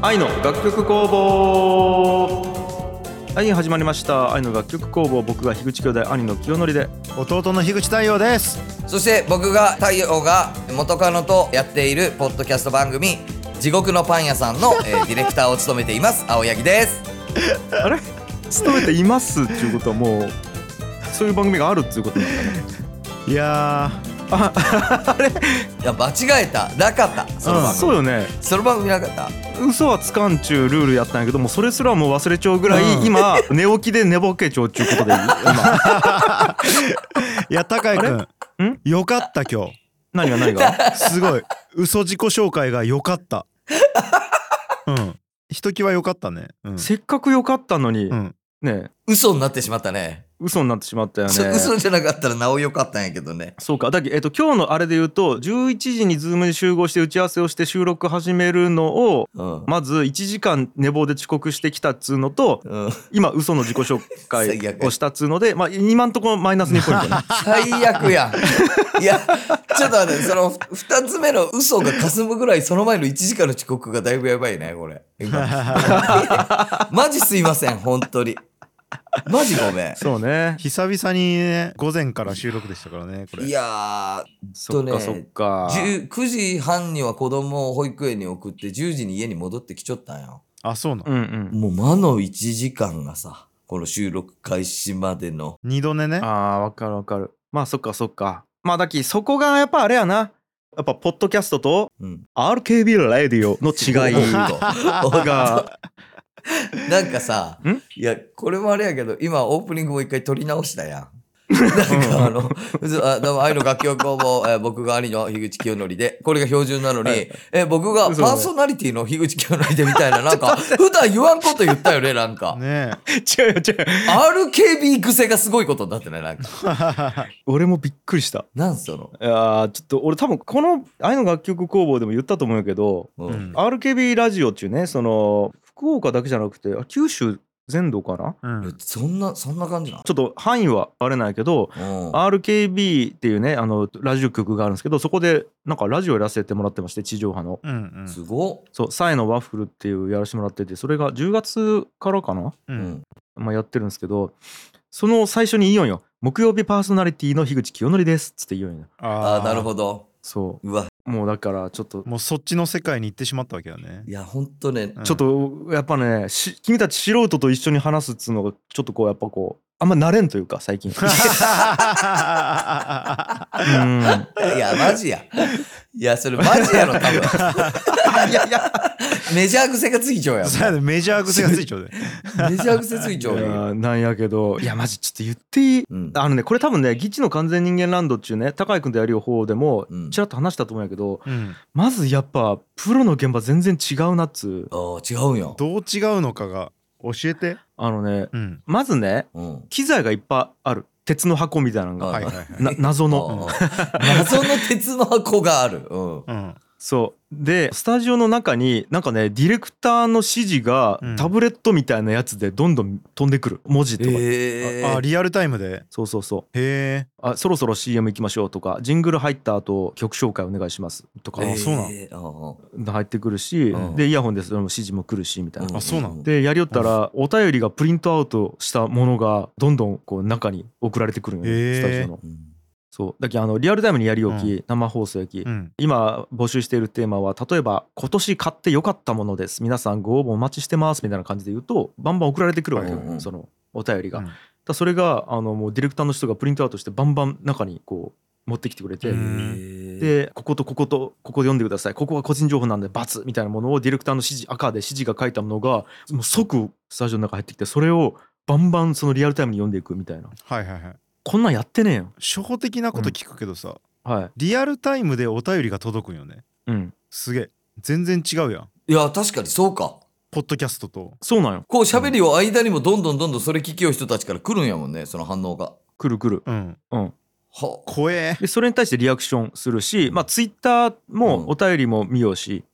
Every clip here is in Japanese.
愛の楽曲工房はい始まりました愛の楽曲工房僕が樋口兄弟兄の清則で弟の樋口太陽ですそして僕が太陽が元カノとやっているポッドキャスト番組「地獄のパン屋さんの」えーディレクターを務めています青柳ですあれ勤めていますっていうことはもうそういう番組があるっていうことなんだねいやいや間違えたなかったその番組、そうよねその番組なかった嘘はつかんちゅうルールやったんやけどもうそれすらもう忘れちゃうぐらい、うん今寝起きで寝ぼけちゃうっちゅうことでいい今ーいや高井れ君んよかった今日何が何がすごい嘘自己紹介がよかったうんひときわよかったねうん、せっかく良かったのに、 うんね嘘になってしまったね嘘になってしまったよねそ嘘じゃなかったらなおよかったんやけどねそうかだけど、えっと、今日のあれで言うと11時にズームに集合して打ち合わせをして収録始めるのをうん、まず1時間寝坊で遅刻してきたっつうのとうん、今嘘の自己紹 介最悪をしたっつうので、まあ、今んところマイナス2ポイントね最悪やんいやちょっと待ってその2つ目の嘘が霞むぐらいその前の1時間の遅刻がだいぶやばいねこれ今マジすいません本当にマジごめ んそうね久々にね午前から収録でしたからねこれいやそっかそっかー、10 9時半には子供を保育園に送って10時に家に戻ってきちょったんよ。あそうなのうんうんもう間の1時間がさ、この収録開始までの。二度寝ねあーわかるわかるまあそっかそっかまあだきそこがやっぱあれやなやっぱポッドキャストとうん。 RKB ラディオの違い おっとがなんかさん、いや、これもあれやけど、今オープニングもう一回撮り直し たやん。なんかあの、あどうも、愛の楽曲工房、えー僕が兄の樋口清則で、これが標準なのに、えー僕がパーソナリティの樋口清則でみたいな、な んか、普段言わんこと言ったよね、なんか。ねえ 違うよ違う RKB 癖がすごいことになってないなんか。俺もびっくりしたなんその。いやーちょっと俺多分この「愛の楽曲工房」でも言ったと思うんやけど、ううんん。 RKB ラジオっていうねその福岡だけじゃなくてあ九州全土かなうんそんな、そんな感じなちょっと範囲はバレないけどのうん。 RKB っていうねあのラジオ局があるんですけどそこでなんかラジオやらせてもらってまして地上波のうんすごっ。そう「サイのワッフル」っていうやらせてもらっててそれが10月からかな、ううんん。まあ、やってるんですけどその最初に言いよんよ「木曜日パーソナリティの樋口清則です」っつって言いよんよあああ、なるどほど。そうわ。うもうだからちょっともうそっちの世界に行ってしまったわけだねいや、ほんとね。ちょっとやっぱねし君たち素人と一緒に話すっつうのがちょっとこうやっぱこうあんま慣れんというか最近うんいいや、マジや。いや、それマジやろ、多分。やいやメジャー癖がつい ちゃうや ん。そうやねメジャー癖がついちゃうでメジャー癖ついちゃうよ。なんやけどいやマジちょっと言っていいうん。あのねこれ多分ね「ギチの完全人間ランド」っちゅうね高井君とやる方でもうんちらっと話したと思うんやけどうんまずやっぱプロの現場全然違うなっつうあー違うんよ。どう違うのかが教えてあのねうんまずねうん。機材がいっぱいある鉄の箱みたいなのがはいはいはいな謎のあー謎の鉄の箱がある。うん。うんそうでスタジオの中になんかねディレクターの指示がうんタブレットみたいなやつでどんどん飛んでくる文字とか、ええ。あリアルタイムでそうそうそうへえあそろそろ CM 行きましょうとかジングル入った後曲紹介お願いしますとかあーそうなのの入ってくるし、うんでイヤホンでその指示も来るしみたいな。あそうなのでやりよったらお便りがプリントアウトしたものがどんどんこう中に送られてくるのよ、へースタジオの。そうだけどあのリアルタイムにやりおき、う生放送やき、うん今募集しているテーマは例えば今年買ってよかったものです皆さんご応募お待ちしてますみたいな感じで言うとバンバン送られてくるわけよ、はいはいそのお便りが、うんだからそれがあのもうディレクターの人がプリントアウトしてバンバン中にこう持ってきてくれて、うんで、でこことこことここで読んでくださいここは個人情報なんで×みたいなものをディレクターの指示赤で指示が書いたものがもう即スタジオの中入ってきてそれをバンバンそのリアルタイムに読んでいくみたいなはいはいはいこんなんやってねえよ初歩的なこと聞くけどさはいリアルタイムでお便りが届くんよねうんすげえ全然違うやんいや、確かにそうか。ポッドキャストとそうなんよこう喋りを間にもどんどんどんどんそれ聞きよう人たちから来るんやもんね、その反応が。くるくるうんうんは怖えでそれに対してリアクションするし、まあ、ツイッターもうんお便りも見ようしっ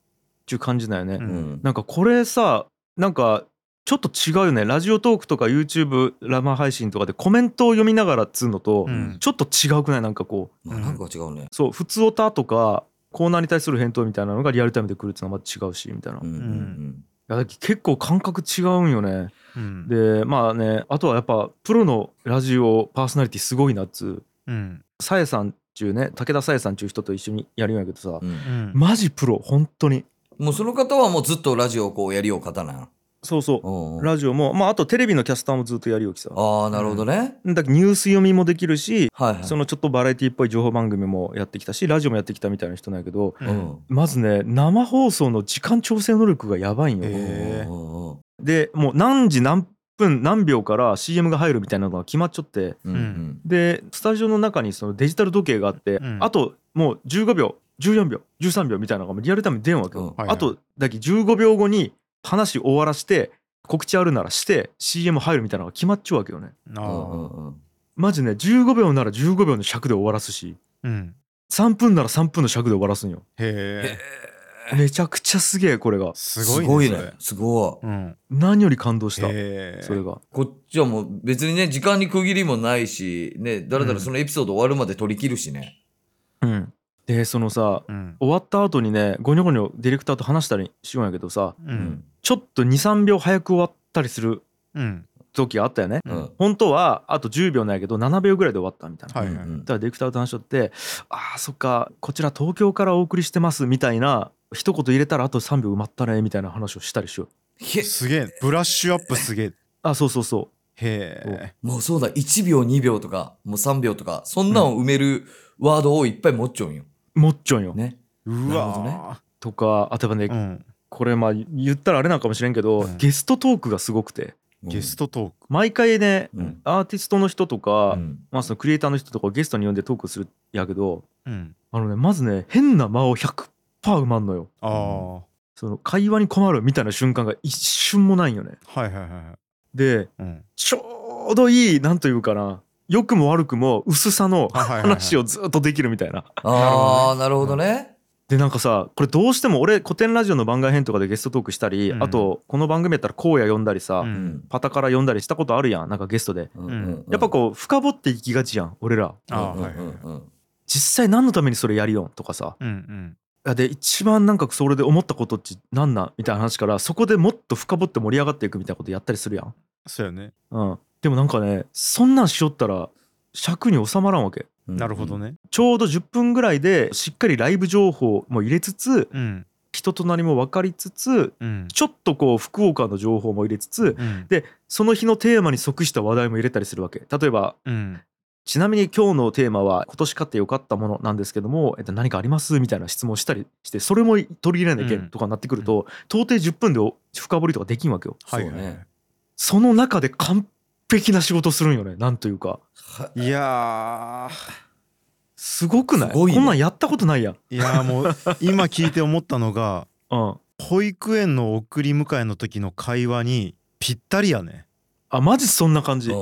ていう感じだよね、ううんん。なんかこれさなんかちょっと違うよねラジオトークとか YouTube 生配信とかでコメントを読みながらっつうのと、うんちょっと違うくないなんかこうまあなんか違うね。そう普通オタとかコーナーに対する返答みたいなのがリアルタイムで来るっていうのはまた違うしみたいな、うんうんうん。やだって結構感覚違うんよね。うんでまあねあとはやっぱプロのラジオパーソナリティすごいなっつううんさえさんっちゅうね武田さえさんっちゅう人と一緒にやるんやけどさ、うんうんマジプロ本当にもうその方はもうずっとラジオをこうやりよう方なん。そうそううんうんラジオも、まあ、あとテレビのキャスターもずっとやるよきさだかああ、なるほどね。らニュース読みもできるしはいはい。そのちょっとバラエティっぽい情報番組もやってきたしラジオもやってきたみたいな人なんやけどううんん。まずね生放送の時間調整能力がやばいんよ、へえうんうんうんでもう何時何分何秒から CM が入るみたいなのが決まっちゃってうんうんでスタジオの中にそのデジタル時計があって、うんあともう15秒14秒13秒みたいなのがもうリアルタイムに出んわけよ、うんはいはいあとだけ15秒後に話終わらして告知あるならして CM 入るみたいなのが決まっちゃうわけよねあうんうんーうんマジね15秒なら15秒の尺で終わらすしうん3分なら3分の尺で終わらすんよへえめちゃくちゃすげえこれがすすごごいいねね。すごそい。れうん何より感動したへえそれがこっちはもう別にね、時間に区切りもないし、ね、だらだらそのエピソード終わるまで取り切るしね。うんでそのさうん終わった後にねゴニョゴニョディレクターと話したりしようんやけどさう。うんちょっと23秒早く終わったりするうん時があったよねうんうん本当はあと10秒なんやけど7秒ぐらいで終わったみたいな。はいうんはいうんだからディレクターと話しとって「あーそっかこちら東京からお送りしてます」みたいな一言入れたらあと3秒埋まったねみたいな話をしたりしようへすげえブラッシュアップすげえへあそうそうそえもうそうだ、1秒、2秒とか、もう3秒とか、そんなんを埋めるワードをいっぱい持っちゃうんよ。うもっちょんよ、ね。うわとかあとはね、ーうんこれまあ言ったらあれなんかもしれんけど、うんゲストトークがすごくてゲストト毎回ね、うんアーティストの人とトか、うん。まあ、そのクリエイターの人とかをゲストに呼んでトークするやけどークうんあのねまずね変な間を100%埋まんのよああはその会話に困るみたいな瞬間が一瞬もないんよねいはいはいはでいうんちょうどいいなんというかな良くも悪くも薄さのあはいはいはい話をずっとできるみたいな。ああ、なるほどね。でなんかさこれどうしても俺古典ラジオの番外編とかでゲストトークしたり、うんあとこの番組やったら荒野呼んだりさ、うんうんパタカラ呼んだりしたことあるやんなんかゲストで。うんうんうんやっぱこう深掘っていきがちやん俺らあーはいはいうはいんうんうんうん実際何のためにそれやりよんとかさうんうんあで一番なんかそれで思ったことってなんなんみたいな話からそこでもっと深掘って盛り上がっていくみたいなことやったりするやん、そうよねうん、でもなんかねそんなんしよったら尺に収まらんわけうんなるほどねちょうど10分ぐらいでしっかりライブ情報も入れつつうん人となりも分かりつつうんちょっとこう福岡の情報も入れつつうんでその日のテーマに即した話題も入れたりするわけ例えばうんちなみに今日のテーマは今年買ってよかったものなんですけども、えっと、何かありますみたいな質問したりしてそれも取り入れなきゃいけうんんとかになってくると、到底10分でお深掘りとかできんわけよはいはいそうねその中で完璧な仕事するんよねなんというかはいやーすごくないすごいねこんなんやったことないやん、いやーもう今聞いて思ったのがうん、保育園の送り迎えの時の会話にぴったりやねあマジそんな感じ、うん、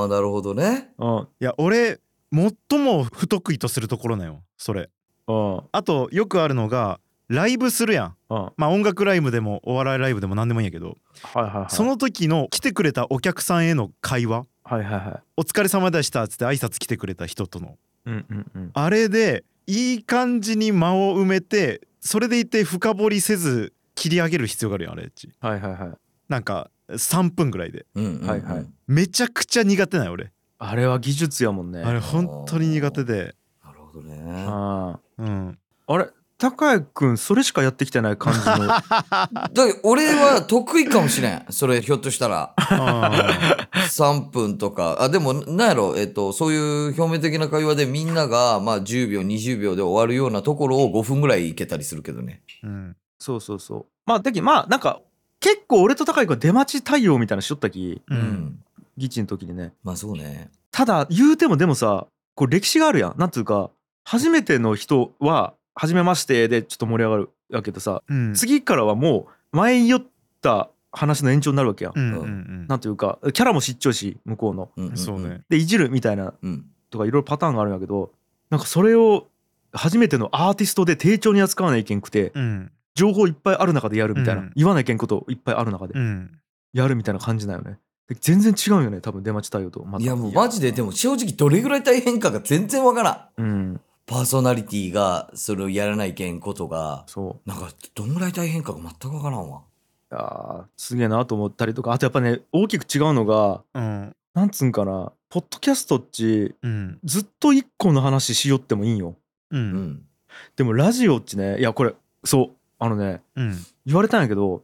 ああ、なるほどね。うんいや俺最も不得意とするところなんよそれうんあとよくあるのがライブするやんはいまあ音楽ライブでもお笑いライブでも何でもいいんやけどはいはいその時の来てくれたお客さんへの会話はいはいはい「お疲れ様でした」っつって挨拶来てくれた人とのうんうんうんあれでいい感じに間を埋めてそれでいて深掘りせず切り上げる必要があるやんあれっちはいはいはいなんか3分ぐらいでうんうんうんはいはいめちゃくちゃ苦手なんよ俺あれは技術やもんねあれ本当に苦手でなるほどね。あうんあれ高谷君それしかやってきてない感じの だから俺は得意かもしれん。それひょっとしたら。あ3分とか。あ、でも、なんやろ、えっと、そういう表面的な会話でみんなが、まあ10秒、20秒で終わるようなところを5分ぐらいいけたりするけどね。ーうんそうそうそうまあだけどまあなんか結構俺と高井君は出待ち対応みたいなのしよったき ううんん。議事の時にねまあそうね。ただ言うてもでもさこう歴史があるやんなんていうか初めての人は「初めまして」でちょっと盛り上がるやけどさうん次からはもう前に寄った話の延長になるわけやん、うんうんなんていうかキャラも失調し向こうのうん、うんそうね。でいじるみたいなうん。とかいろいろパターンがあるんやけどなんかそれを初めてのアーティストで丁重に扱わないけんくてうん情報いっぱいある中でやるみたいな、うん言わないけんこといっぱいある中うでんやるみたいな感じなんよねで全然違うよね多分出待ち対応とまたいやもうマジで、でも正直どれぐらい大変かが全然わからん。うんパーソナリティがそれをやらないけんことが、そなんかどんぐらい大変かが全くわからんわ。あーすげえなと思ったりとかあとやっぱね大きく違うのがうんなんつうんかなポッドキャストっちうんずっと一個の話しよってもいいんよううんん。でもラジオっちねいやこれそうあのねうん言われたんやけど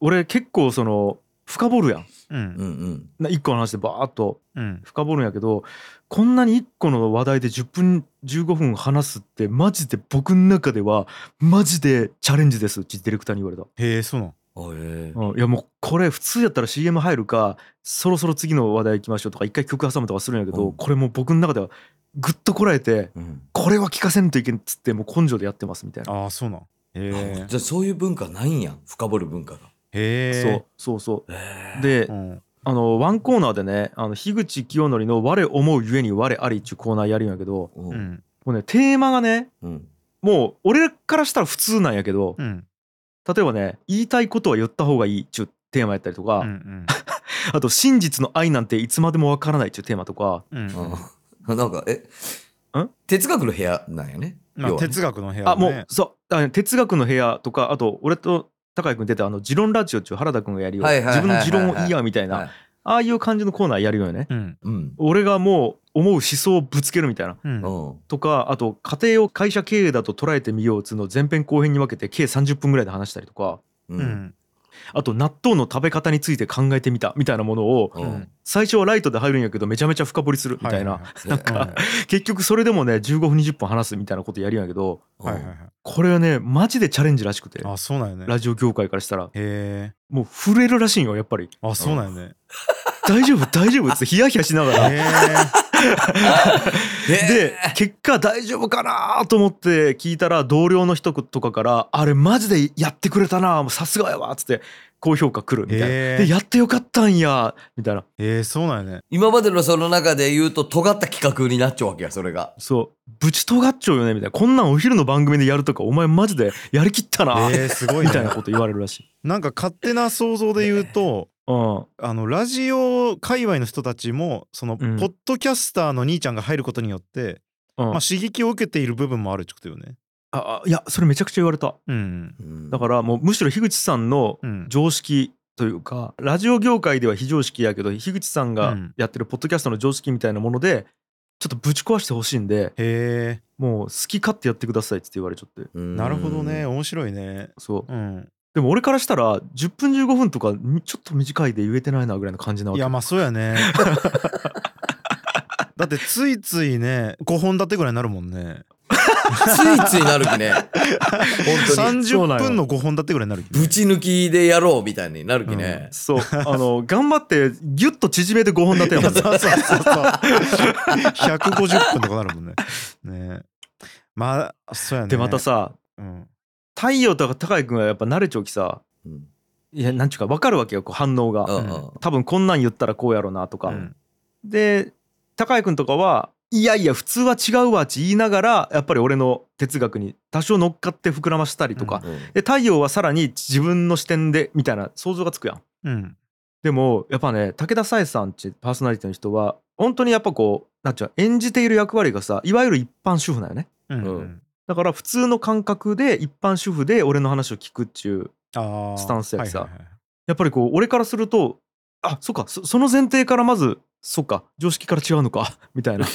俺結構その深掘るやんうんうんうん。な一個の話でバーっとうん深掘るんやけどこんなに一個の話題で10分15分話すってマジで僕の中ではマジでチャレンジですってディレクターに言われた、へえそうなんあええ。うん、いやもうこれ普通やったら CM 入るかそろそろ次の話題行きましょうとか一回曲挟むとかするんやけど、うんこれもう僕の中ではグッとこらえてうん。これは聞かせんといけんっつってもう根性でやってますみたいなああそうなんへじゃあそういう文化ないんや。深掘る文化が。えへえそうそうそえうえ。で、うんあのワンコーナーでねあの樋口清則の「我思うゆえに我あり」っちゅうコーナーやるんやけどう。うんんもうねテーマがねうん。もう俺からしたら普通なんやけどうん例えばね言いたいことは言った方がいいっちゅうテーマやったりとか、うんうんあと真実の愛なんていつまでもわからないっちゅうテーマとかうんあなんか、えん哲学の部屋なんやね。まあ要はね哲学の部屋あだねもうそうあ哲学の部屋とかあと俺と高井君出たあの「持論ラジオ」っちゅう原田君がやるよはいはいはい自はい分の持論を言い合うみたいはないああいう感じのコーナーやるよね。うんうん。俺がもう思う思想をぶつけるみたいなうんうん。とかあと家庭を会社経営だと捉えてみようっつうのを前編後編に分けて計30分ぐらいで話したりとかう。うんんあと納豆の食べ方について考えてみたみたいなものをううんん。最初はライトで入るんやけどめちゃめちゃ深掘りするみたいな、はははなんか結局それでもね15分20分話すみたいなことやるんやけど はいはいはいこれはねマジでチャレンジらしくてあそうなんやねラジオ業界からしたらへえもう震えるらしいんよやっぱりあそうなんやね大丈夫 大丈夫っつってヒヤヒヤしながらへ えで結果大丈夫かなと思って聞いたら同僚の人とかから「あれマジでやってくれたなもうさすがやわ」っつって高評価来るみたいな。へーでやってよかったんやみたいなへえそうなんやね今までのその中で言うと尖った企画になっちゃうわけやそれが。そうぶちとがっちょうよねみたいなこんなんお昼の番組でやるとかお前マジでやりきったな、へえすごいみねたいなこと言われるらしい。なんか勝手な想像で言うとうん、あのラジオ界隈の人たちもそのポうんッドキャスターの兄ちゃんが入ることによって、うんまあ、刺激を受けている部分もあるってことよね。ああいやそれめちゃくちゃ言われたうんだかだらもうむしろ樋口さんのうん常識というかラジオ業界では非常識やけど樋口さんうがんやってるポッドキャストの常識みたいなものでちょっとぶち壊してほしいんでへえもう好き勝手やってくださいっつって言われちゃってらなるほどね。面白いね。そううん、でも俺からしたら10分15分とかにちょっと短いで言えてないなぐらいの感じなわいけやまあそう やね。だってついついね5本立てぐらいになるもんね。ついついなるきね。本当に。そうなんよ30分の5本立てぐらいになるきね、ぶち抜きでやろうみたいになるきね。そうあ の頑張ってギュッと縮めて5本立てやいもやんねそうそうそうそう150分とかなるもんね。ねまあそうやね。でまたさうん、太陽とか高井君がやっぱ慣れちゃうきさうんいやなんちゅうか分かるわけよこう反応うがんうん多分こんなん言ったらこうやろなとか、うんで高井君とかはいやいや普通は違うわって言いながらやっぱり俺の哲学に多少乗っかって膨らましたりとか、うんで太陽はさらに自分の視点でみたいな想像がつくやんうんでもやっぱね武田紗栄さんちパーソナリティの人は本当にやっぱこうなんちゃう演じている役割がさいわゆる一般主婦なんよねうんう、うんだから普通の感覚で一般主婦で俺の話を聞くっちゅうあースタンスやつさはいはいはいやっぱりこう俺からするとあそっかそその前提からまずそっか常識から違うのか みたいな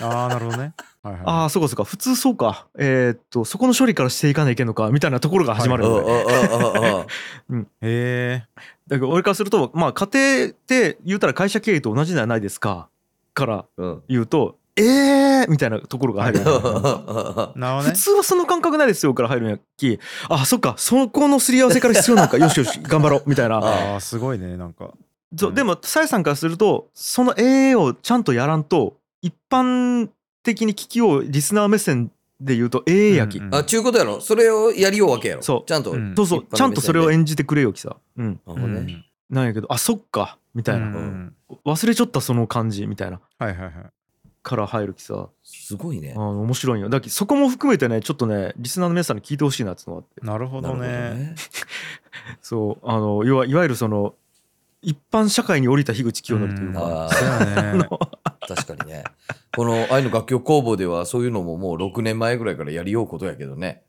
ああなるほどね。はいはい、ああそうかそうか普通そうかえーっとそこの処理からしていかないけんのかみたいなところが始まるうよね、んうんうんうんうんへえ。だから俺からするとまあ家庭って言うたら会社経営と同じじゃないですかからうん言うとえーみたいなところが入るよね、なるほど普ね。通はその感覚ないですよから入るんやっきあそっかそこのすり合わせから必要なのかよしよし頑張ろうみたいなああすごいねなんか。そうでもさえさんからするとその AA をちゃんとやらんと一般的に聞きをリスナー目線で言うと AA やき、うんうんあちゅうことやろそれをやりようわけやろそうちゃんと、うんそうそう一般の目線でちゃんとそれを演じてくれよきさ、うん、なうるほどねんなんやけどあそっかみたいな、うんうん忘れちゃったその感じみたいなはいはいはい。から入るきさすごいねあー面白いんよだけどそこも含めてねちょっとねリスナーの皆さんに聞いてほしいなっていうのがあってなるほなるどほどね。ねそうあのいわいわゆるその一般社会に降りた樋口清則というか、あそうーやね。確かにねこの愛の楽曲工房ではそういうのももう6年前ぐらいからやりようことやけどね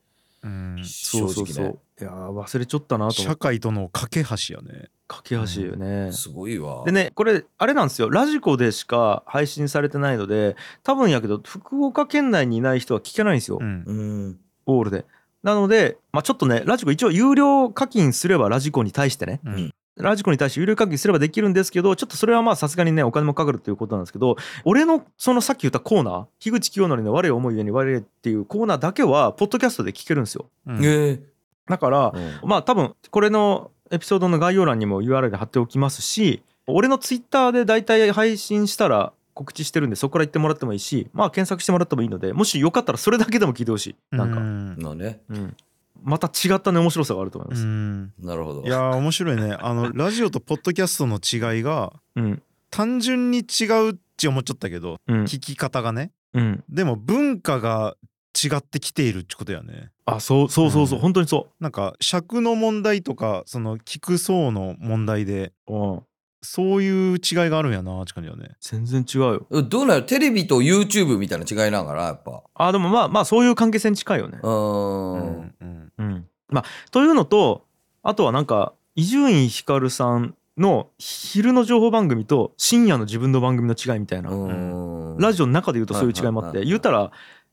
うん正 そうそう直そう、ね。いやー忘れちゃったなと思っ社て会との架け橋やね架け橋よね、すごいわ。でねこれあれなんですよラジコでしか配信されてないので多分やけど福岡県内にいない人は聞けないんですよ、うんうん。オールでなので、まあ、ちょっとねラジコ一応有料課金すればラジコに対してねうんラジコに対して有料課金すればできるんですけどちょっとそれはまあさすがにねお金もかかるということなんですけど俺のそのさっき言ったコーナー樋口清則の「我を思うゆえに我れ」っていうコーナーだけはポッドキャストで聞けるんですようんええ。だからまあ多分これのエピソードの概要欄にも URL 貼っておきますし俺のツイッターで大体配信したら告知してるんでそこから行ってもらってもいいしまあ検索してもらってもいいのでもしよかったらそれだけでも聞いてほしいなんか、かまあね。うん、また違ったね面白さがあると思いまうす、んなるほど。いやー面白いねあのラジオとポッドキャストの違いがうん単純に違うって思っちゃったけどうん聞き方がねうん、でも文化が違ってきているってことやねあそうそうそうそう、うん本当にそなんか尺の問題とかその聞く層の問題でう、うん、そういう違いがあるんやなって感じだね全然違うよどうなるテレビと YouTube みたいな違いなんかな、やっぱ。あでもまあまあそういう関係性に近いよねう、うーん。うんうんまあ、というのとあとはなんか伊集院光さんの昼の情報番組と深夜の自分の番組の違いみたいな、うん。ラジオの中で言うとそういう違いもあっはいはいはいはてい言うたら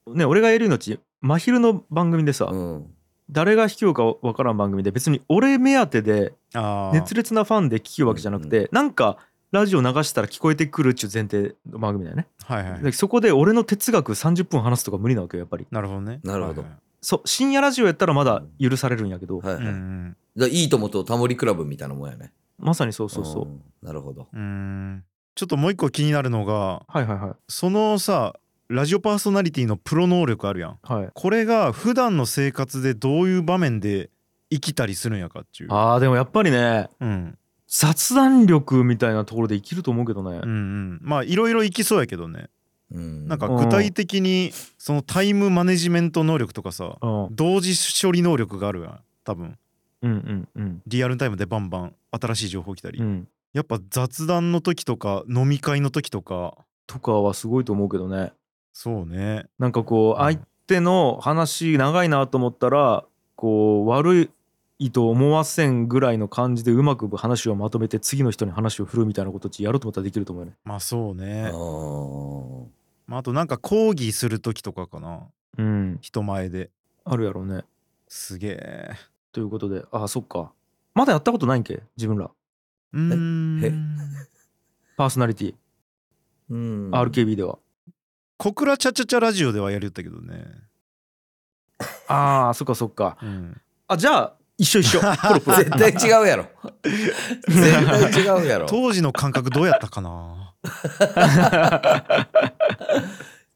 ね俺がやるのち真昼の番組でさ、うん。誰が卑怯かわからん番組で別に俺目当てでああ熱烈なファンで聞きわけじゃなくて、なんかラジオ流したら聞こえてくるっちゅう前提の番組だよね。はいはいでそこで俺の哲学30分話すとか無理なわけよやっぱりなるほどねなるほどはいはそう深夜ラジオやったらまだ許されるんやけど、はいはいいいうんだいいともとタモリクラブみたいなもんやね。まさにそうそうそう、ん。なるほど。うんうんちょっともう一個気になるのがはいはいはそのさラジオパーソナリティのプロ能力あるやんいはいこれが普段の生活でどういう場面で生きたりするんやかっていう、あーでもやっぱりねうん、雑談力みたいなところで生きると思うけどね、うんうんまあいろいろ生きそうやけどねうん。なんか具体的にそのタイムマネジメント能力とかさうん、うん同時処理能力があるやん多分うんうんリアルタイムでバンバン新しい情報来たり、うんやっぱ雑談の時とか飲み会の時とかとかはすごいと思うけどねそうねなんかこううん相手の話長いなと思ったらこう悪いと思わせんぐらいの感じでうまく話をまとめて次の人に話を振るみたいなことってやろうと思ったらできると思うよね。まあそうあねーまあ、あとなんか講義する時とかかなうん、人前であるやろうね。すげえということであそっかまだやったことないんけ自分らうーんえパーソナリティ、うん。 RKB では小倉ちゃちゃちゃラジオではやりよったけどね、ああそっかそっか うん、あじゃあ一緒一緒プロプロ絶対違うやろ。絶対違うやろ。当時の感覚どうやったか な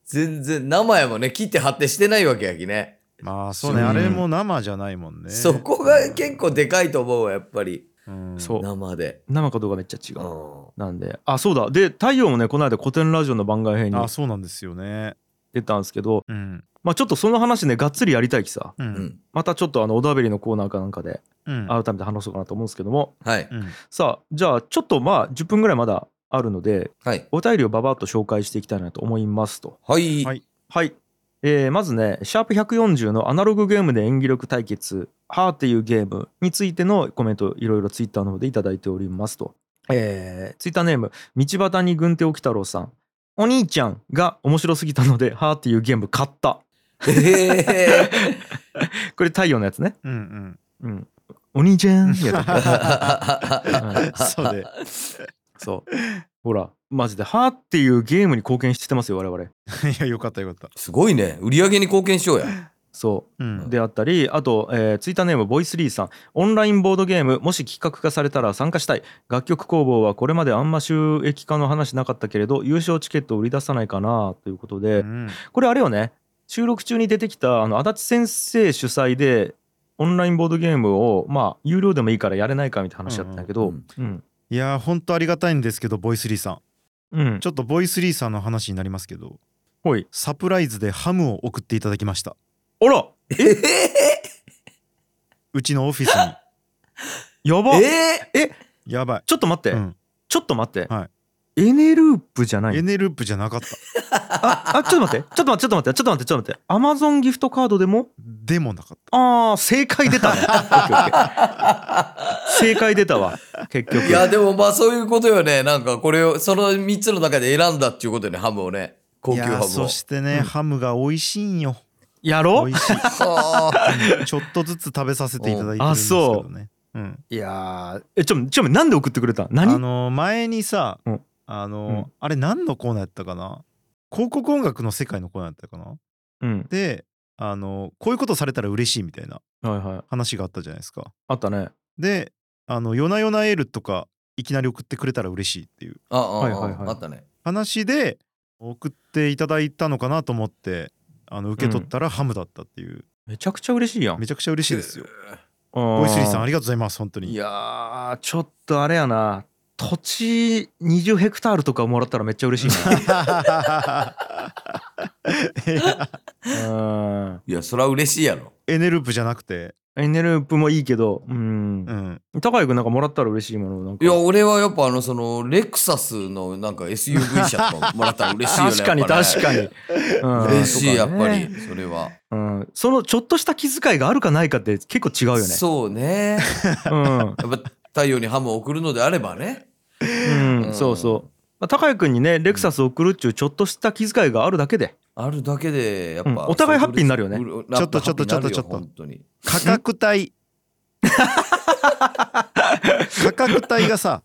全然生やもんね切って貼ってしてないわけやきねまあそうね、うんあれも生じゃないもんねそこが結構でかいと思うわやっぱりうんそう生で生かどうかめっちゃ違ううんなんであそうだで太陽もねこの間古典ラジオの番外編にあそうなんですよね出たんですけどうんまあちょっとその話ねがっつりやりたいきさううんんまたちょっとあのおだべりのコーナーかなんかでうん改めて話そうかなと思うんですけどもはいうんさあじゃあちょっとまあ10分ぐらいまだあるのではいお便りをババッと紹介していきたいなと思いますとはいはいはい、えーまずねシャープ140のアナログゲームで演技力対決「ハーっていうゲームについてのコメントいろいろツイッターの方でいただいておりますと、えーツイッターネーム道端に軍手沖太郎さんお兄ちゃんが面白すぎたので「ハーっていうゲーム買ったえーこれ太陽のやつね、 うんうん、お兄ちゃんやった、うん うんそうでそうほらマジで「ハーっていうゲームに貢献してますよ我々 いやよかったよかった すごいね売り上げに貢献しようやそううんであったりあと、えーツイッターネームボイスリーさんオンラインボードゲームもし企画化されたら参加したい楽曲工房はこれまであんま収益化の話なかったけれど優勝チケットを売り出さないかなということで、うんこれあれよね収録中に出てきたあの足立先生主催でオンラインボードゲームをまあ有料でもいいからやれないかみたいな話だったんだけど、ううんんうんいや本当ありがたいんですけどボイスリーさんちょっとボイスリーさんの話になりますけどほいサプライズでハムを送っていただきましたあらえうちのオフィスにやばー、ええ やばいちょっと待って、うんちょっと待って、はエネループじゃないエネループじゃなかったあ、あ、ちょっと待って、ちょっと待って、ちょっと待って、ちょっと待って、ちょっと待って。アマゾンギフトカードでもでもなかっああ正解出たねオッケーオッケー正解出たわ結局いや、でもまあそういうことよね。なんかこれを、その3つの中で選んだっていうことよね、ハムをね。た高い級ハやムを。そしてね、うんハムが美味しいんよや美ろ味しいはちょっとずつ食べさせていただいてるんですけどねうんいやーえちょっとちょっとなんで送ってくれたあ何の前にさ、うんあの、うんあれ何のコーナーやったかな広告音楽の世界のコーナーやったかなうんであのこういうことされたら嬉しいみたいなはいはい話があったじゃないですかあったねであの「夜な夜なエール」とかいきなり送ってくれたら嬉しいっていうあ、ああ、はいはいはいあったね。話で送っていただいたのかなと思ってあの受け取ったらハムだったっていう、めちゃくちゃ嬉しいやんめちゃくちゃ嬉しいですよ。ボボイスリーさんありがとうございます本当いにやーちょっとあれやな土地20ヘクタールとかもらったらめっちゃ嬉し いなうんいや、それは嬉しいやろ。エネループじゃなくて、エネループもいいけどうんうん、高井君なんかもらったら嬉しいものなんかいや、俺はやっぱあの、その、レクサスのなんか SUV 車とかもらったら嬉しいよね。 確かにやっぱね確かにうん嬉しい、やとっかねぱり、それは。うんそのちょっとした気遣いがあるかないかって結構違うよねそうね。うんやっぱ太陽にハムを送るのであればね。うんうんそうそうまあ高井君にねレクサス送るっちゅうちょっとした気遣いがあるだけであるだけで、やっうんぱ。お互いハッピーになるよねうるちょっとちょっとちょっとちょっとハッピーになるよ本当に。価格帯価格帯がさ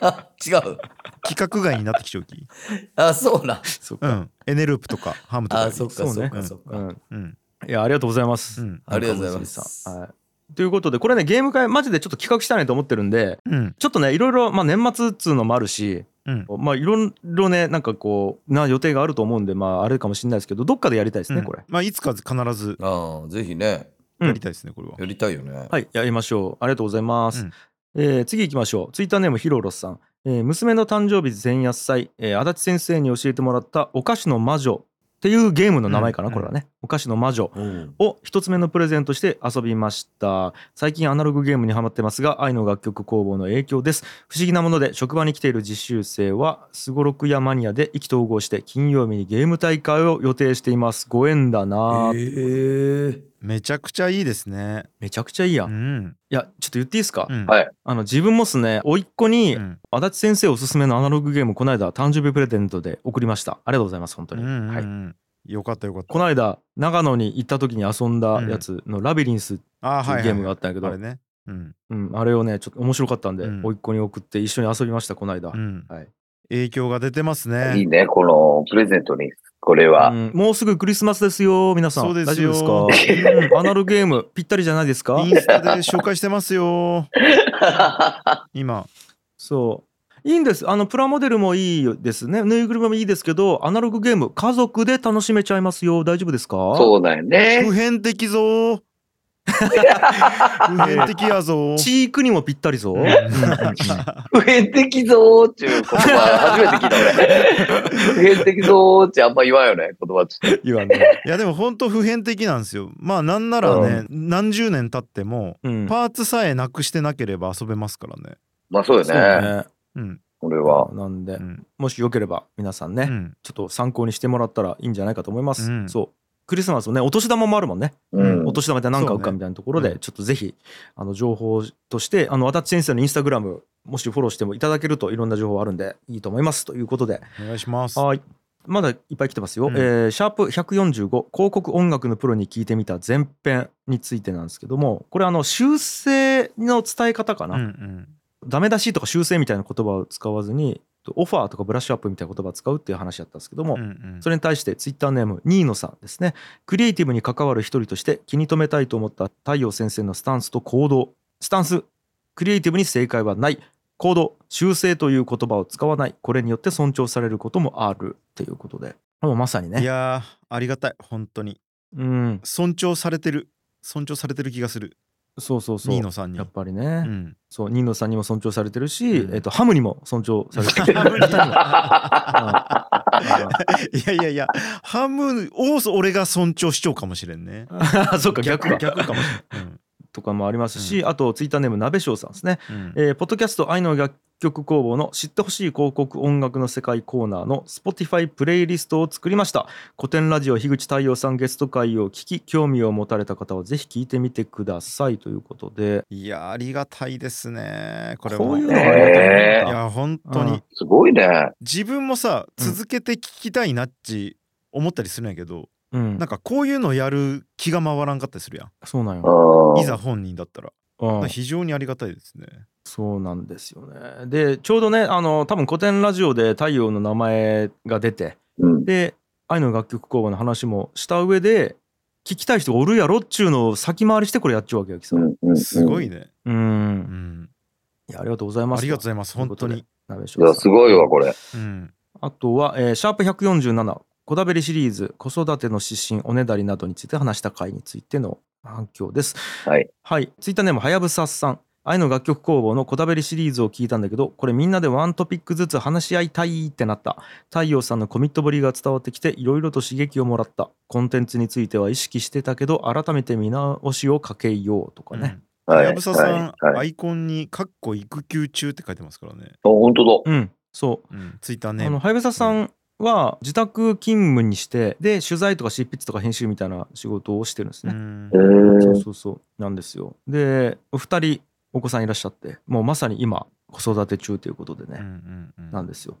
あ、違う。規格外になってきちゃうき、あ、そうな。そううかん、エネループとかハムとかよあ、りそっかそうそっねかそっか。うんうんいやありがとうございますうんありがとうございますはい、ということでこれねゲーム会マジでちょっと企画したいなと思ってるんでうんちょっとねいろいろ、まあ、年末っつうのもあるしうんまあいろいろねなんかこうな予定があると思うんでまああれかもしれないですけどどっかでやりたいですね、うんこれまあいつか必ずああ、ぜひね、やりたいですねこれはやりたいよね。はいやりましょうありがとうございます、うんえー次行きましょうツイッターネームヒロロスさん、えー娘の誕生日前夜祭、えー足立先生に教えてもらったお菓子の魔女っていうゲームの名前かな、うんこれはねお菓子の魔女うん。を一つ目のプレゼントして遊びました最近アナログゲームにハマってますが愛の楽曲工房の影響です不思議なもので職場に来ている実習生はすごろくやマニアで意気投合して金曜日にゲーム大会を予定していますご縁だな、ええ。めちゃくちゃいいですねめちゃくちゃいいや、うんいんやちょっと言っていいですか、うんはいあの自分もっすね甥っ子にうん足立先生おすすめのアナログゲームこの間誕生日プレゼントで送りましたありがとうございます本当うに、んはういんよかったよかったこの間長野に行った時に遊んだやつの「ラビリンス」ってあーいはういゲームがあはったんやけいど、あれねうんうん、あれをねちょっと面白かったんで、うん甥っ子に送って一緒に遊びましたこの間、うんはい影響が出てますねいいね、このプレゼントに、これは。うんもうすぐクリスマスですよ皆さんそうですよ大丈夫ですか、 うんアナログゲームぴったりじゃないですかインスタで紹介してます よ今そういいんですあのプラモデルもいいですねぬいぐるみもいいですけどアナログゲーム家族で楽しめちゃいますよ大丈夫ですかそうだよね普。遍的 ぞー普遍的やぞーチークにもぴったりぞ、うんうん普遍的ぞーっていう言葉、初めて聞いた 俺。普遍的ぞーってあんま言わんよね、言葉ちょっ 言わんね、いやでも本当普遍的なんですよまあなんならね、何十年経ってもうん、パーツさえなくしてなければ遊べますからねまあそうよそうね、ねうんこれは。なんで、うんもしよければ皆さんね、うんちょっと参考にしてもらったらいいんじゃないかと思います、うんそうクリスマスもねお年玉もあるもんねうんお。年玉で何買うそうかねみたいなところうでちょっとぜひあの情報としてあの足立先生のインスタグラムもしフォローしてもいただけるといろんな情報あるんでいいと思いますということでお願いしますはいまだいっぱい来てますよ、うんえーシャープ145広告音楽のプロに聞いてみた前編についてなんですけどもこれあの修正の伝え方かうな、んうんダメ出しとか修正みたいな言葉を使わずにオファーとかブラッシュアップみたいな言葉を使うっていう話だったんですけども、うんうんそれに対してツイッターネームニーノさんですねクリエイティブに関わる一人として気に留めたいと思った太陽先生のスタンスと行動スタンスクリエイティブに正解はない行動修正という言葉を使わないこれによって尊重されることもあるっていうことでもうまさにいねやーありがたい本当にうん尊重されてる尊重されてる気がするそうそうそうニーノさんにやっぱりね、 うんそうニーノさんにも尊重されてるし、うんえっとハムにも尊重されてるハムにも あ いやいやいやハムを俺が尊重しちゃうかもしれんねあ そうか逆か 逆かもしれん、うんとかもありますし、あとツイッターネーム鍋翔さんですね、うんえーポッドキャスト愛の楽曲工房の知ってほしい広告音楽の世界コーナーの Spotify プレイリストを作りました古典ラジオ樋口太陽さんゲスト会を聞き興味を持たれた方はぜひ聞いてみてくださいということでいやありがたいですねこれもこういうのいがありがたいへーなや本当うにん すごいね。自分もさうん続けて聞きたいなっち思ったりするんやけど、うんなんかこういうのやる気が回らんかったりするやそうなうんよ、んんいざ本人だったらうん非常にありがたいですねそうなんですよねでちょうどねあの多分古典ラジオで太陽の名前が出てうん。で愛の楽曲工房の話もした上で聞きたい人がおるやろっちゅうのを先回りしてこれやっちゃうわけよきさうんんうん。すごい。いねうんうんいやありがとうございますありがとうございます本当に鍋い島さや、んすごいわ、これ。うんあとは、えーシャープ147、こだべりシリーズ、子育ての指針、おねだりなどについて話した回についての反響です。はい。はい。ツイッターネーム、はやぶささん。愛の楽曲工房のこだべりシリーズを聞いたんだけど、これみんなでワントピックずつ話し合いたいってなった。太陽さんのコミットぶりが伝わってきて、いろいろと刺激をもらった。コンテンツについては意識してたけど、改めて見直しをかけようとかね。ははい。やぶささん、はい。はアい。イコンに「かっこ育休中」って書いてますからね、あ本当だ。うん、そう。うん、ツイッターあのねハイブサさんは自宅勤務にしてで取材とか執筆とか編集みたいな仕事をしてるんですうね。んえそうー。そうそうなんですよ。でお二人お子さんいらっしゃってもうまさに今子育て中ということでうんうね、んうんなんですよ。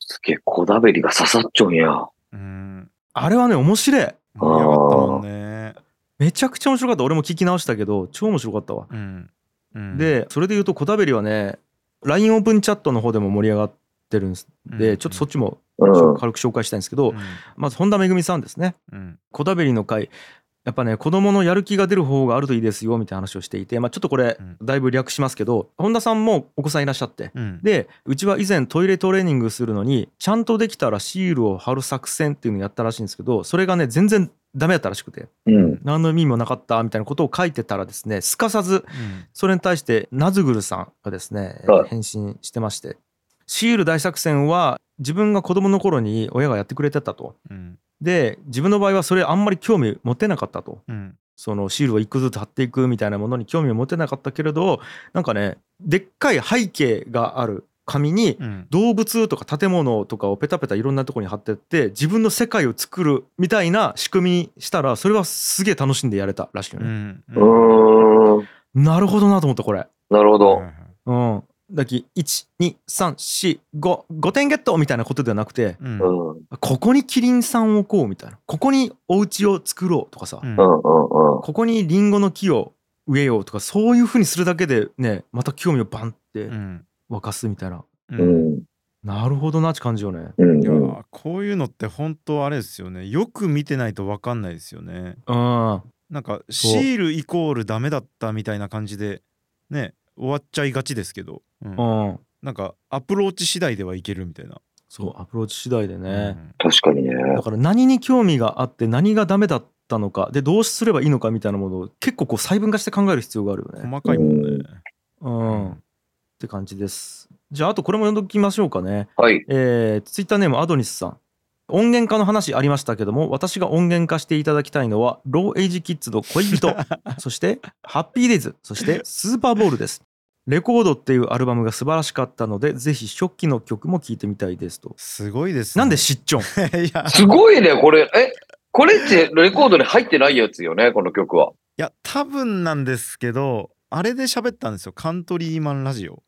すげえ、こだべりが刺さっちょんや。うんあれはね面白い盛り上がったもんねめちゃくちゃ面白かった俺も聞き直したけど超面白かったわ。うんうんでそれで言うとこだべりはね LINE オープンチャットの方でも盛り上がってるんですで、うんちょっとそっちもうん。軽く紹介したいんですけど、うんまず本田めぐみさんですね。うんこだべりの会やっぱね子どものやる気が出る方法があるといいですよみたいな話をしていて、まあ、ちょっとこれうんだいぶ略しますけど本田さんもお子さんいらっしゃってうんでうちは以前トイレトレーニングするのにちゃんとできたらシールを貼る作戦っていうのをやったらしいんですけどそれがね全然ダメだったらしくてうん。何の意味もなかったみたいなことを書いてたらですねすかさずうんそれに対してナズグルさんがですね、えーはい返信してましてシール大作戦は自分が子どもの頃に親がやってくれてたと。うんで自分の場合はそれあんまり興味持てなかったとうんそのシールを一個ずつ貼っていくみたいなものに興味を持てなかったけれどなんかねでっかい背景がある紙にうん動物とか建物とかをペタペタいろんなとこに貼ってって自分の世界を作るみたいな仕組みにしたらそれはすげえ楽しんでやれたらしいようね、んうーん。なるほどなと思ったこれなるほどはい。はいうんだき12345点ゲットみたいなことではなくてうんうん。うん。ここにキリンさんを置こうみたいなここにお家を作ろうとかさ、うんうん。うん。ここにリンゴの木を植えようとかそういうふうにするだけでねまた興味をバンってうん沸かすみたいな、ううんん。なるほどなって感じよねうんいやうん。ーこういうのって本当あれですよねよく見てないと分かんないですよねうんなんかそうシールイコールダメだったみたいな感じでね終わっちゃいがちですけど、うんうんなんかアプローチ次第ではいけるみたいな、そうアプローチ次第でね、確かにね。だから何に興味があって何がダメだったのかでどうすればいいのかみたいなものを結構こう細分化して考える必要があるようんね細かいもんね、うんって感じですじゃああとこれも読んどきましょうかねはい。えー、ツイッターネームアドニスさん音源化の話ありましたけども私が音源化していただきたいのはローエイジキッズの恋 人そしてハッピーデイズそしてスーパーボールですレコードっていうアルバムが素晴らしかったのでぜひ初期の曲も聴いてみたいですとすごいですねなんで知っちょん いやいすごいね、これ。え、これってレコードに入ってないやつよね、この曲は。や多分なんですけどあれで喋ったんですよカントリーマンラジオ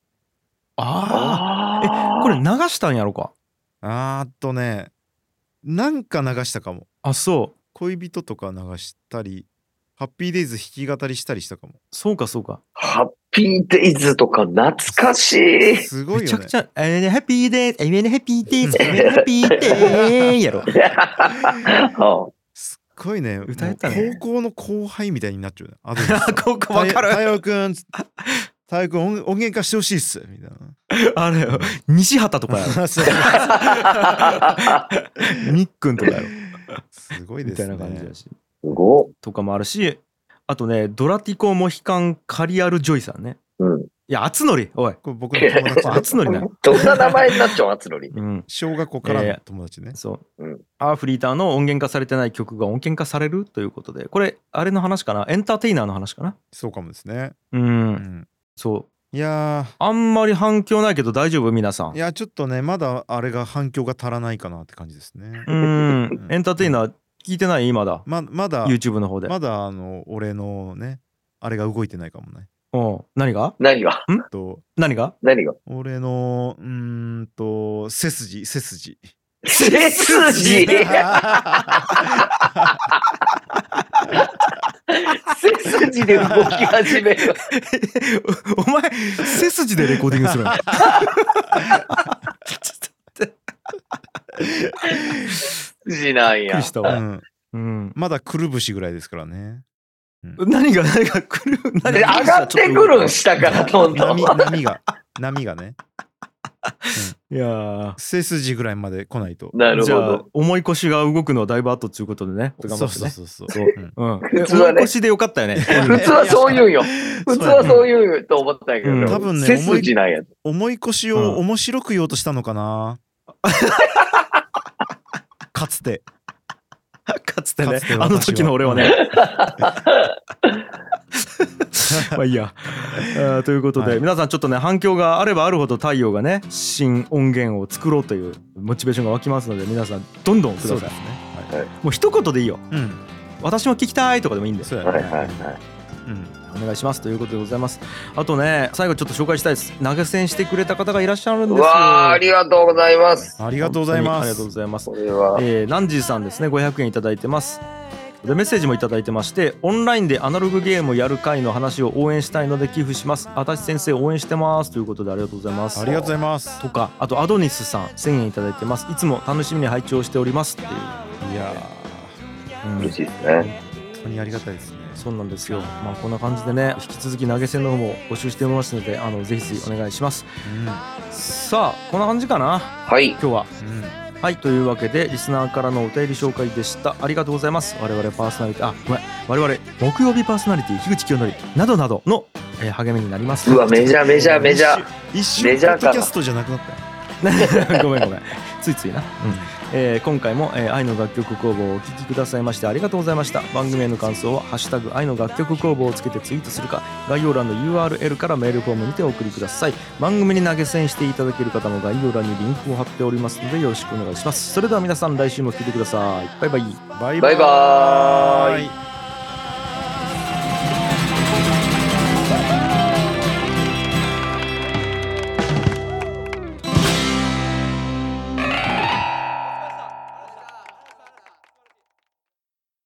あああこれ流したんやろかあーっとねなんか流したかもあそう恋人とか流したりハッピーデイズ弾き語りしたりしたかもそうかそうかハッピーデイズとか懐かしい。 すごめいよねちゃくちゃ「えーハッピーデイズ」「えーハッピーデイズ」「えーハッピーデイズ」やあろすっごいね歌えたねもう高校の後輩みたいになっちゃうね あここ わかる太陽くんつって太陽くん音音源化してほしいっすみたいあれよ西畑とか やろなそうみっくんとかやろすごいみでたすいねな感じだしすごっ。とかもあるしあとねドラティコモヒカンカリアルジョイさんねうん。いや厚則おいこれ僕の友 達厚則などんな名前になっちゃう、あつのり。うん小学校からの友達ね、そううんアーフリーターの音源化されてない曲が音源化されるということでこれあれの話かなエンターテイナーの話かなそうかもですね。ううんん、そういやあんまり反響ないけど大丈夫皆さーんいやちょっとねまだあれが反響が足らないかなって感じですね。うんエンターテイナー聞いてない今だままだ YouTube の方で、まだあの俺のねあれが動いてないかもね。うん何が何がえっと何が 何が俺のうーんと背筋背筋。背筋背筋で動き始め る。おお前背筋でレコーディングするのちょっと待って背筋なんびっくやりし。た うわ、ん、うん、まだくるぶしぐらいですからね。何が何が来る何で上がってくるん下からどんどん波。波が波がねいやー背筋ぐらいまで来ないと。なるほじゃあど。重い腰が動くのはだいぶ後ということでね頑張そうってそうねそうそう。そううんうん普え通はね重い腰でよかったよね普通はそう言うんよ。普通はそう言うと思ったんやけうんど。多分ね背筋なんや。重い腰を面白く言おうとしたのか な、かつて かつてねかつて私はあの時の俺はね まあいいやあーということで、はい皆さんちょっとね反響があればあるほど太陽がね新音源を作ろうというモチベーションが湧きますので皆さんどんどんくそだうさでいすね、はいもう一言でいいようん私も聞きたいとかでもいいんですそうやはいね、はいはい。うん、お願いしますということでございますあとね最後ちょっと紹介したいです投げ銭してくれた方がいらっしゃるんですうよわあ、ありがとうございます。ありがとうござい本当にまありがとうすございますこれは。えー、ナンジーさんですね500円いただいてますでメッセージもいただいてましてオンラインでアナログゲームをやる会の話を応援したいので寄付しますあたし先生応援してますということでありがとうございますありがとうございますとかあとアドニスさん1000円いただいてますいつも楽しみに拝聴しておりますっていう、いやーうん嬉しいですね。本当にありがたいですねそうなんですよまあこんな感じでね引き続き投げ銭の方も募集しておりますのであのぜひぜひお願いしますさあこんな感じかなはい。今日はうん、うん、はいというわけでリスナーからのお便り紹介でしたありがとうございます我々パーソナリティあごめん我々木曜日パーソナリティ樋口清則などなどの、えー励みになりますうわ、メジャーメジャーメジャー。一瞬メジャーかなポッドキャストじゃなくなった よごめんごめんついついな、えー今回も、えー愛の楽曲工房をお聴きくださいましてありがとうございました番組への感想は「ハッシュタグ愛の楽曲工房」をつけてツイートするか概要欄の URL からメールフォームにてお送りください番組に投げ銭していただける方も概要欄にリンクを貼っておりますのでよろしくお願いしますそれでは皆さん来週も聴いてくださいバイバイバイバーイバイバーイ